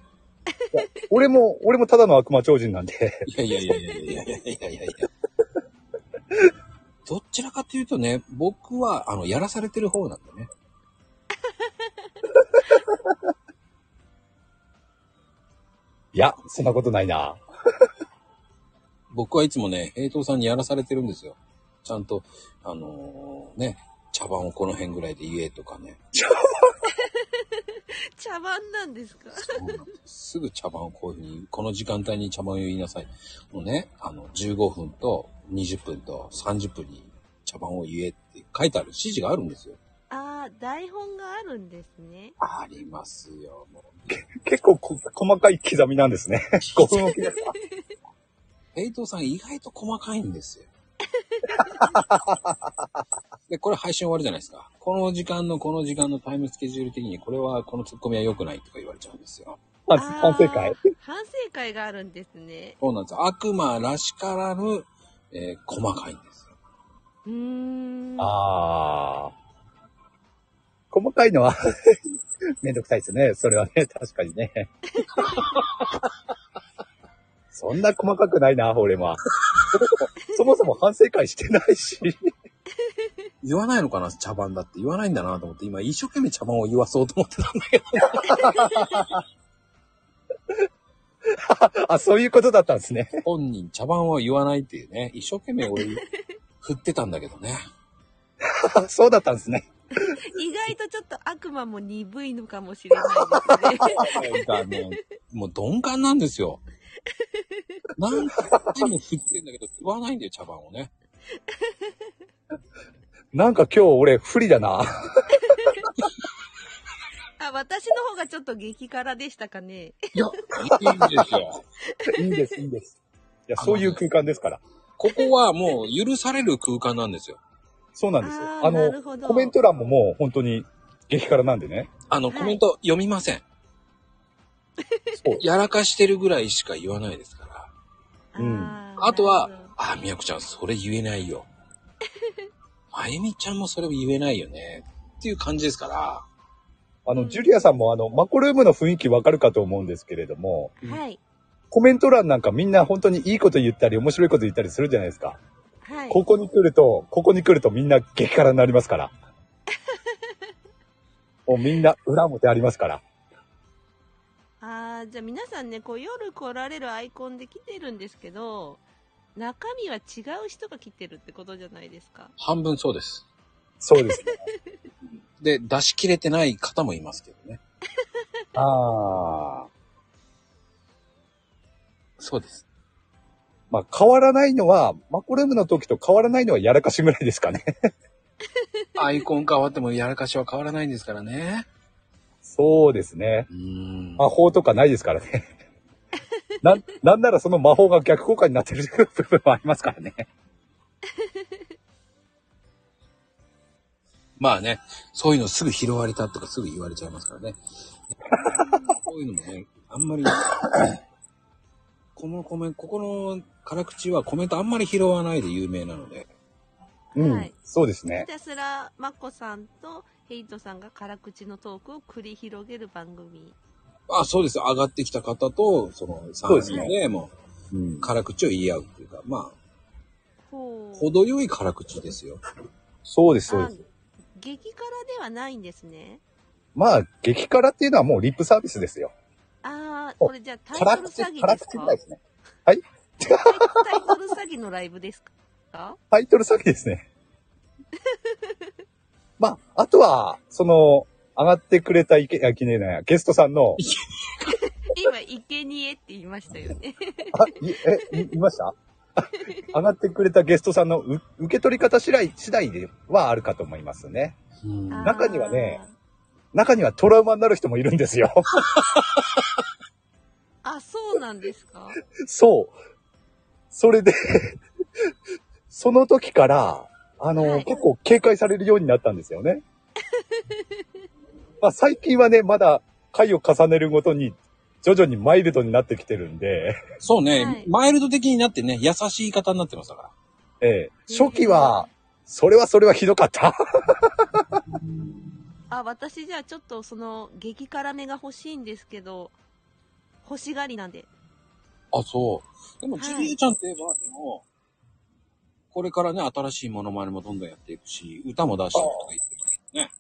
[SPEAKER 2] 俺も、俺もただの悪魔超人なんで。 [LAUGHS]
[SPEAKER 1] いやいやいやいやいやいやいやいやいや。どちらかというとね、僕は、あの、やらされてる方なんだね。
[SPEAKER 2] いや、そんなことないな。
[SPEAKER 1] 僕はいつもね、平等さんにやらされてるんですよ。ちゃんと、あのーね、茶番をこの辺ぐらいで言えとかね。
[SPEAKER 3] 茶番なんです
[SPEAKER 2] [LAUGHS]
[SPEAKER 3] か
[SPEAKER 1] そうなんです。すぐ茶番をこういうふうに、この時間帯に茶番を言いなさい。もうね、あの、15分と20分と30分に茶番を言えって書いてある指示があるんですよ。
[SPEAKER 3] ああ、台本があるんですね。
[SPEAKER 1] ありますよ。もう。
[SPEAKER 2] 結構こ細かい刻みなんですね。5分お [LAUGHS] きですか。
[SPEAKER 1] [LAUGHS] 平等さん意外と細かいん [LAUGHS] ですよ。で、これ配信終わるじゃないですか。この時間のこの時間のタイムスケジュール的に、これは、このツッコミは良くないとか言われちゃうんですよ。
[SPEAKER 2] 反反省会
[SPEAKER 3] あー反省会があるんですね。
[SPEAKER 1] そうなんですよ。悪魔らしからぬ、えー細かいんですよ。
[SPEAKER 3] うーん。
[SPEAKER 2] ああ。細かいのは、 [LAUGHS] めんどくさいですね。それはね、確かにね。 [LAUGHS] そんな細かくないな、俺は。そもそも、そもそも反省会してないし。
[SPEAKER 1] 言わないのかな茶番だって言わないんだなと思って、今一生懸命茶番を言わそうと思ってたんだけど。
[SPEAKER 2] あ、そういうことだったんですね。 [LAUGHS]
[SPEAKER 1] 本人茶番は言わないっていうね。一生懸命 [LAUGHS] 俺、振ってたんだけどね。
[SPEAKER 2] あそうだったんですね。
[SPEAKER 3] 意外とちょっと悪魔も鈍いのかもしれないですね。
[SPEAKER 2] [LAUGHS]
[SPEAKER 1] なんかね、もう鈍感なんですよ。何回も振ってんだけど、言わないんだよ、茶番をね。
[SPEAKER 2] なんか今日俺不利だ
[SPEAKER 3] [LAUGHS]
[SPEAKER 2] な。
[SPEAKER 3] あ、私の方がちょっと激辛でしたかね。
[SPEAKER 1] いや、いいんですよ。
[SPEAKER 2] いいんです、いいんです。いや、そういう空間ですから。
[SPEAKER 1] ここはもう許される空間なんですよ。
[SPEAKER 2] そうなんですよ。
[SPEAKER 3] あー
[SPEAKER 2] あ
[SPEAKER 3] な
[SPEAKER 2] の
[SPEAKER 3] るほ、ど
[SPEAKER 2] コメント欄ももう本当に激辛なんでね。
[SPEAKER 1] あの、
[SPEAKER 3] はい
[SPEAKER 1] コメント読みません。
[SPEAKER 2] そう。
[SPEAKER 1] やらかしてるぐらいしか言わないですから。
[SPEAKER 2] うん
[SPEAKER 3] ー
[SPEAKER 1] あとは
[SPEAKER 3] なるほど、
[SPEAKER 1] あ、みやこちゃん、それ言えないよ。まゆみちゃんもそれを言えないよね。っていう感じですから。
[SPEAKER 2] あ
[SPEAKER 3] う
[SPEAKER 2] の、
[SPEAKER 3] ん
[SPEAKER 2] ジュリアさんもあの、マコルームの雰囲気わかるかと思うんですけれども、
[SPEAKER 1] うん
[SPEAKER 3] はい。
[SPEAKER 2] コメント欄なんかみんな本当にいいこと言ったり、面白いこと言ったりするじゃないですか。
[SPEAKER 3] はい。
[SPEAKER 2] ここに来ると、ここに来るとみんな激辛になります
[SPEAKER 3] [LAUGHS]
[SPEAKER 2] から。もうみんな裏表ありますから。
[SPEAKER 3] ああ、じゃあ皆さんね、こう夜来られるアイコンで来てるんですけど、中身は違う人が来てるってことじゃないですか。
[SPEAKER 1] 半分そうです。
[SPEAKER 2] そうですね。
[SPEAKER 1] で、出し切れてない方もいますけどね。
[SPEAKER 2] ああ。
[SPEAKER 1] そうです。
[SPEAKER 2] まあ変わらないのは、マコルームの時と変わらないのはやらかしぐらいですかね。 [LAUGHS]
[SPEAKER 1] [LAUGHS] アイコン変わってもやらかしは変わらないんですからね。
[SPEAKER 2] そうですね。
[SPEAKER 1] うーん。
[SPEAKER 2] 魔法とかないですからね。 [LAUGHS] なん、なんならその魔法が逆効果になってる部分もありますからね。
[SPEAKER 1] まあね、そういうのすぐ拾われたとかすぐ言われちゃいますからね。 [LAUGHS] そういうのもね、あんまり、 [COUGHS] このコメント、ここの辛口はコメントあんまり拾わないで有名なので、
[SPEAKER 2] うん、
[SPEAKER 3] はい
[SPEAKER 2] そうですね
[SPEAKER 3] ひ。たすらまこさんとヘイトさんが辛口のトークを繰り広げる番組。
[SPEAKER 1] あ、そうです。上がってきた方と、その
[SPEAKER 2] そう
[SPEAKER 1] 3
[SPEAKER 2] ですね
[SPEAKER 1] 人で、も
[SPEAKER 2] うん
[SPEAKER 1] う、辛口を言い合うっていうか、まあ、
[SPEAKER 3] ほう。
[SPEAKER 1] 程よい辛口ですよ。
[SPEAKER 2] そうです、そうです。
[SPEAKER 3] あ激辛ではないんですね。
[SPEAKER 2] まあ、激辛っていうのはもうリップサービスですよ。
[SPEAKER 3] あー、
[SPEAKER 2] お
[SPEAKER 3] これじゃあタイ
[SPEAKER 2] 辛
[SPEAKER 3] トル
[SPEAKER 2] 口、
[SPEAKER 3] 詐欺
[SPEAKER 2] 辛
[SPEAKER 3] です
[SPEAKER 2] 口ぐ
[SPEAKER 3] から
[SPEAKER 2] いですね。
[SPEAKER 3] タイトル詐欺のライブですか
[SPEAKER 2] タイトル詐欺ですね。 [LAUGHS] まあ、あとは、その、上がってくれたいけ、あ、きねえな、ゲストさんの、
[SPEAKER 3] 今、生贄って言いましたよね。
[SPEAKER 2] あ、いえ、いいました [LAUGHS] 上がってくれたゲストさんのう受け取り方次第、次第ではあるかと思いますね。
[SPEAKER 1] うん
[SPEAKER 3] あー
[SPEAKER 2] [LAUGHS] 中にはね。中にはトラウマになる人もいるんですよ。 [LAUGHS]
[SPEAKER 3] あ、そうなんですか
[SPEAKER 2] そう。それで、 [LAUGHS] その時から、あの、
[SPEAKER 3] はい
[SPEAKER 2] 結構警戒されるようになったんですよね。 [LAUGHS] まあ最近はね、まだ回を重ねるごとに、徐々にマイルドになってきてるんで、
[SPEAKER 1] そうね、
[SPEAKER 3] はい
[SPEAKER 1] マイルド的になってね、優しい言い方になってますから。
[SPEAKER 2] ええ、初期は、それはそれはひどかった。 [LAUGHS]
[SPEAKER 3] あ、私じゃあちょっとその、激辛めが欲しいんですけど、欲しがりなんで。
[SPEAKER 1] あ、そう。でも、
[SPEAKER 3] はい
[SPEAKER 1] ジュリーちゃんといえば、でも、これからね、新しいモノマネもどんどんやっていくし、歌も出していくとか言ってますけどね。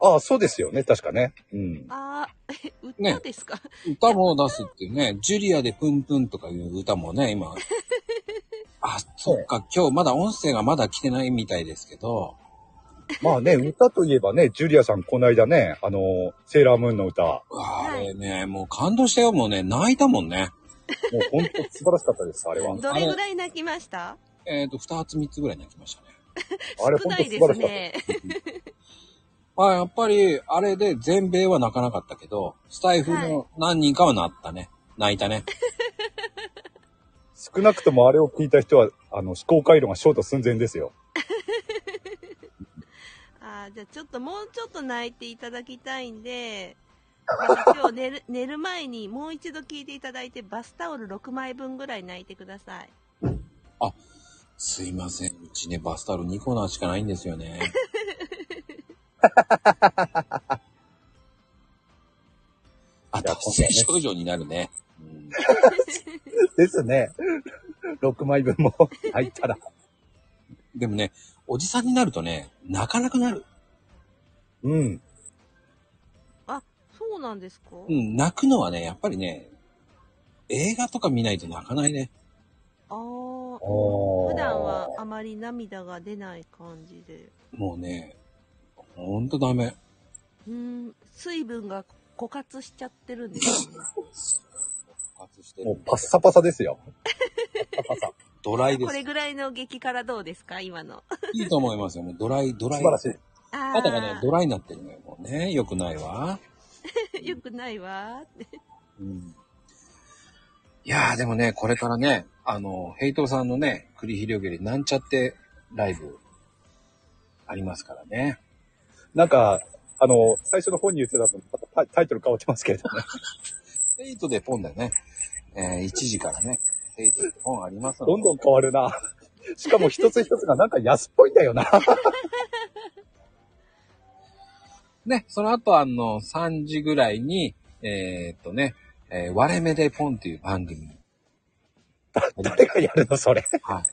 [SPEAKER 2] ああ、そうですよね、確かね。うん。
[SPEAKER 3] あー、え、
[SPEAKER 1] ね
[SPEAKER 3] 歌ですか、
[SPEAKER 1] 歌も出すっていうね、ジュリアでプンプンとかいう歌もね、
[SPEAKER 3] [LAUGHS]
[SPEAKER 1] 今。あ、そっか、今日まだ音声がまだ来てないみたいですけど、
[SPEAKER 2] まあね、歌といえばね、ジュリアさんこの間ね、あの、セーラームーンの歌、も
[SPEAKER 1] うわあ
[SPEAKER 3] はい
[SPEAKER 1] あれね、もう感動したよ、もうね、泣いたもんね。
[SPEAKER 2] う本当素晴らしかったです、あれは。
[SPEAKER 3] [LAUGHS] どれぐらい泣きました
[SPEAKER 1] えっ、と、二つ三つぐらい泣きましたね。
[SPEAKER 2] あれ
[SPEAKER 3] 少
[SPEAKER 2] 本
[SPEAKER 3] な
[SPEAKER 2] 当
[SPEAKER 3] い
[SPEAKER 2] 素
[SPEAKER 3] で
[SPEAKER 2] 晴ら
[SPEAKER 3] す
[SPEAKER 2] しかった。
[SPEAKER 3] ね。
[SPEAKER 1] まあ、やっぱり、あれで全米は泣かなかったけど、スタイフ
[SPEAKER 3] はい
[SPEAKER 1] の何人かはなったね。泣いたね。
[SPEAKER 2] 少なくともあれを聞いた人は、あの、思考回路がショート寸前ですよ。
[SPEAKER 3] あーじゃあちょっともうちょっと泣いていただきたいんで、今日 [LAUGHS] 寝る寝る前にもう一度聞いていただいて、バスタオル6枚分ぐらい泣いてください。
[SPEAKER 1] すいません。うちね、バスタオル2コーナーしかないんですよ
[SPEAKER 2] [LAUGHS]
[SPEAKER 1] ね。あ、達成症状になるね。うん
[SPEAKER 2] ですね。6枚分も [LAUGHS] 入ったら。
[SPEAKER 1] でもね、おじさんになるとね、泣かなくなる。
[SPEAKER 2] うん。
[SPEAKER 3] [LAUGHS] そうなんですか、
[SPEAKER 1] うん、泣くのはね、やっぱりね、映画とか見ないと泣かないね。
[SPEAKER 3] あー
[SPEAKER 2] 普
[SPEAKER 3] 普段は。あまり涙が出ない感じで。
[SPEAKER 1] もうね、ほんとダメ。
[SPEAKER 3] うーん、水分が枯渇しちゃってるんですね。
[SPEAKER 1] 復活してる
[SPEAKER 2] もうパッサパサですよ。パッサパ
[SPEAKER 1] ドライで
[SPEAKER 3] こ
[SPEAKER 1] す
[SPEAKER 3] れ。ぐらいの激辛どうですか今の。
[SPEAKER 1] いいと思いますよ。もうドライ、ド
[SPEAKER 2] サ。
[SPEAKER 1] ラ
[SPEAKER 2] 素
[SPEAKER 1] イ。
[SPEAKER 2] 晴らしい。
[SPEAKER 3] あ
[SPEAKER 1] 肌がね、ドライになってるのよ。もうね、良くないわ。
[SPEAKER 3] ー、 [LAUGHS] よくないわーって。
[SPEAKER 1] うん。いやー、でもね、これからね、あの、ヘイトさんのね、繰り広げるなんちゃってライブ、ありますからね。
[SPEAKER 2] なんか、あの、最初の本に言ってたの、またタイタイトル変わってますけれど。
[SPEAKER 1] ヘイトでポンだよね。えー、1時からね、ヘイトでポンありますので。
[SPEAKER 2] どんどん変わるな。しかも一つ一つがなんか安っぽいんだよな。
[SPEAKER 1] ね、その後あの、3時ぐらいに、えーっとね、えー割れ目でポンっていう番組。
[SPEAKER 2] 誰がやるのそれ。
[SPEAKER 1] はい。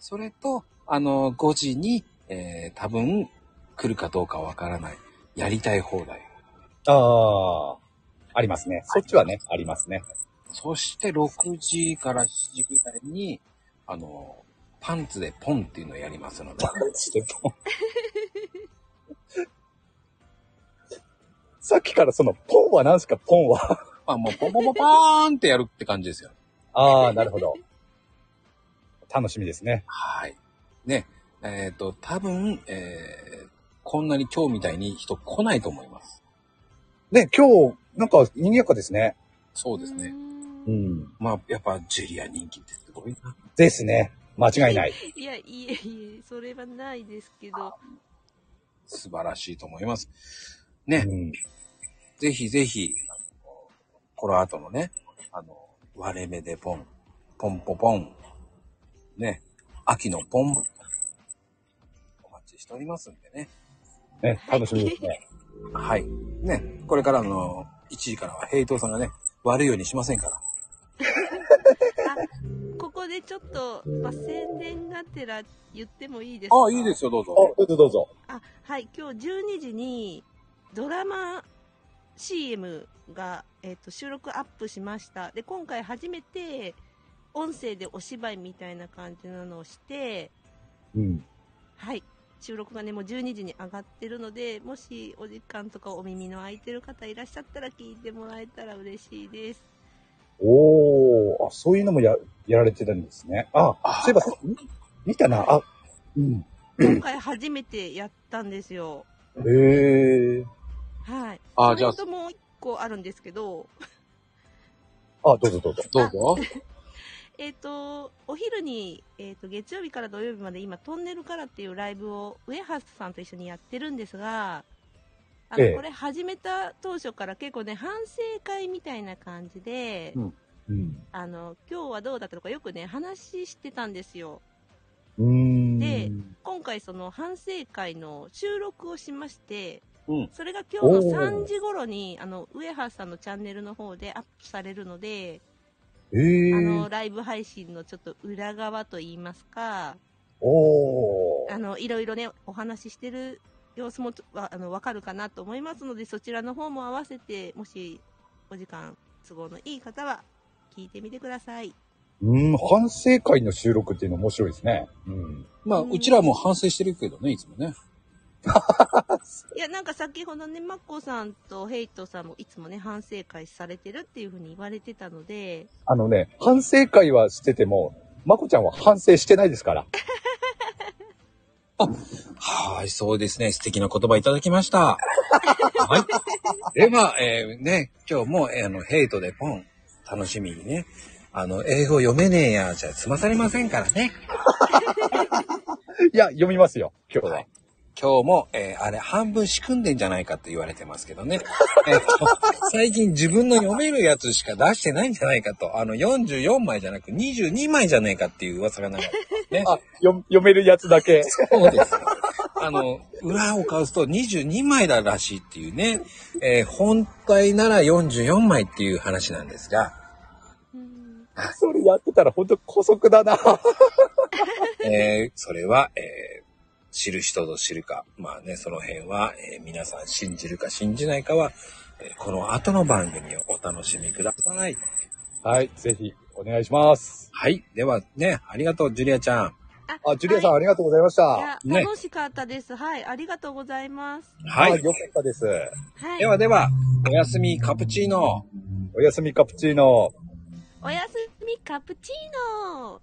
[SPEAKER 1] それと、あの、5時に、えー多分、来るかどうかわからない。やりたい放題。
[SPEAKER 2] ああ。ありますね。そっちはね、ありますね。 [LAUGHS]
[SPEAKER 1] そして、6時から7時ぐらいに、あの、パンツでポンっていうのをやります
[SPEAKER 2] [LAUGHS]
[SPEAKER 1] ので。
[SPEAKER 2] さっきからその、ポンは何すか、ポンは。
[SPEAKER 1] まあ、もう、ポンポンポンポーンってやるって感じですよ。
[SPEAKER 2] ああ、なるほど。楽しみですね。
[SPEAKER 1] はい。ね。えっ、と、多分、えーこんなに今日みたいに人来ないと思います。
[SPEAKER 2] ね、今日、なんか、賑やかですね。
[SPEAKER 1] そうですね。
[SPEAKER 3] うーん。
[SPEAKER 2] ん。
[SPEAKER 1] まあ、やっぱ、ジュリア人気ってすごいな。
[SPEAKER 2] ですね。間違い [LAUGHS] ない。
[SPEAKER 3] いや、いえいえ、それはないですけど。
[SPEAKER 1] 素晴らしいと思います。ね。
[SPEAKER 2] うん。
[SPEAKER 1] ぜひぜひ、あのこの後のね、あの、割れ目でポン、ポンポポン、ね、秋のポン、しておりますんでね。
[SPEAKER 2] ね、楽しみですね。
[SPEAKER 1] はい。ね、これからの1時からは平等さんがね、悪いようにしませんから。
[SPEAKER 3] ここでちょっと、まあ、宣伝がてら言ってもいいですか
[SPEAKER 1] ああ、いいですよ、どうぞ。
[SPEAKER 2] あ、どうぞどうぞ。
[SPEAKER 3] あはい今日12時にドラマ CM が、えっと収録アップしましたで今回初めて音声でお芝居みたいな感じなのをして
[SPEAKER 2] うん。
[SPEAKER 3] はい収録がねもう12時に上がってるのでもしお時間とかお耳の空いてる方いらっしゃったら聞いてもらえたら嬉し
[SPEAKER 1] [LAUGHS]
[SPEAKER 3] いです
[SPEAKER 2] おー、あ、そういうのもや、やられてたんですね。あ、
[SPEAKER 1] あ
[SPEAKER 2] そういえば、見たな。あ、うん。
[SPEAKER 3] 今回初めてやったんですよ
[SPEAKER 2] へえ。
[SPEAKER 3] はい
[SPEAKER 1] あじゃあ
[SPEAKER 3] コメントもう一個あるんですけど
[SPEAKER 2] あ、どうぞどうぞ。
[SPEAKER 1] どうぞ。
[SPEAKER 3] えっ、と、お昼に、えっ、と、月曜日から土曜日まで今、トンネルからっていうライブを、ウエハースさんと一緒にやってるんですが、あの、
[SPEAKER 2] ええ
[SPEAKER 3] これ始めた当初から結構ね、反省会みたいな感じで、
[SPEAKER 1] うん
[SPEAKER 2] うん。
[SPEAKER 3] あの、今日はどうだったとかよくね、話してたんですよ。
[SPEAKER 2] うーん。
[SPEAKER 3] で今回その反省会の収録をしまして、
[SPEAKER 1] うん
[SPEAKER 3] それが今日
[SPEAKER 2] お
[SPEAKER 3] の
[SPEAKER 2] ー
[SPEAKER 3] 3時頃に、あの、ウエハースさんのチャンネルの方でアップされるので、
[SPEAKER 2] へ
[SPEAKER 3] あ
[SPEAKER 2] え
[SPEAKER 3] の、。ライブ配信のちょっと裏側と言いますか、
[SPEAKER 2] おー
[SPEAKER 3] あ。の、いろいろね、お話ししてる様子もちょわあのわかるかなと思いますので、そちらの方も合わせて、もしお時間都合のいい方は、聞いてみてください。
[SPEAKER 2] うん、反省会の収録っていうの面白いですね。うん。
[SPEAKER 1] まあ、
[SPEAKER 3] うん
[SPEAKER 1] うちらも反省してるけどね、いつもね。
[SPEAKER 3] いや、なんか先ほどね、マッコさんとヘイトさんもいつもね、反省会されてるっていうふうに言われてたので、
[SPEAKER 2] あのね、反省会はしてても、まこちゃんは反省してないですから。
[SPEAKER 1] はい、そうですね。素敵な言葉いただきました。はい。 [LAUGHS] では、えーね、今日も、えーあの、ヘイトでポン、楽しみにね。あの、英語読めねえや、じゃ済まされませんからね。
[SPEAKER 2] いや、読みますよ、今日は。
[SPEAKER 1] はい今日も、えーあれ、半分仕組んでんじゃないかって言われてますけどね。 [LAUGHS] えっと最近自分の読めるやつしか出してないんじゃないかと、あの、44枚じゃなく22枚じゃねえかっていう噂が流れてますね。
[SPEAKER 2] あ、読読めるやつだけ。
[SPEAKER 1] そうです。あの、裏を買うと22枚だらしいっていうね、えー本体なら44枚っていう話なんですが、
[SPEAKER 3] うん、
[SPEAKER 2] それやってたら本当古速だな。
[SPEAKER 1] えーそれは、えー知る人ぞ知るか、まあね、その辺は、えー皆さん信じるか信じないかは、えーこの後の番組をお楽しみください。
[SPEAKER 2] はい、ぜひ、お願いします。
[SPEAKER 1] はい。ではね、ありがとう、ジュリアちゃん。
[SPEAKER 2] あ、ジュリアさん、
[SPEAKER 3] は
[SPEAKER 2] ありがとうございました。はい
[SPEAKER 3] いいや
[SPEAKER 1] ね
[SPEAKER 3] 楽しかったです。はい、ありがとうございます。、
[SPEAKER 1] はい。
[SPEAKER 2] よかったです。
[SPEAKER 3] はい
[SPEAKER 1] で、はでは、おやすみカプチーノ。
[SPEAKER 2] おやすみカプチーノ。
[SPEAKER 3] おやすみカプチーノ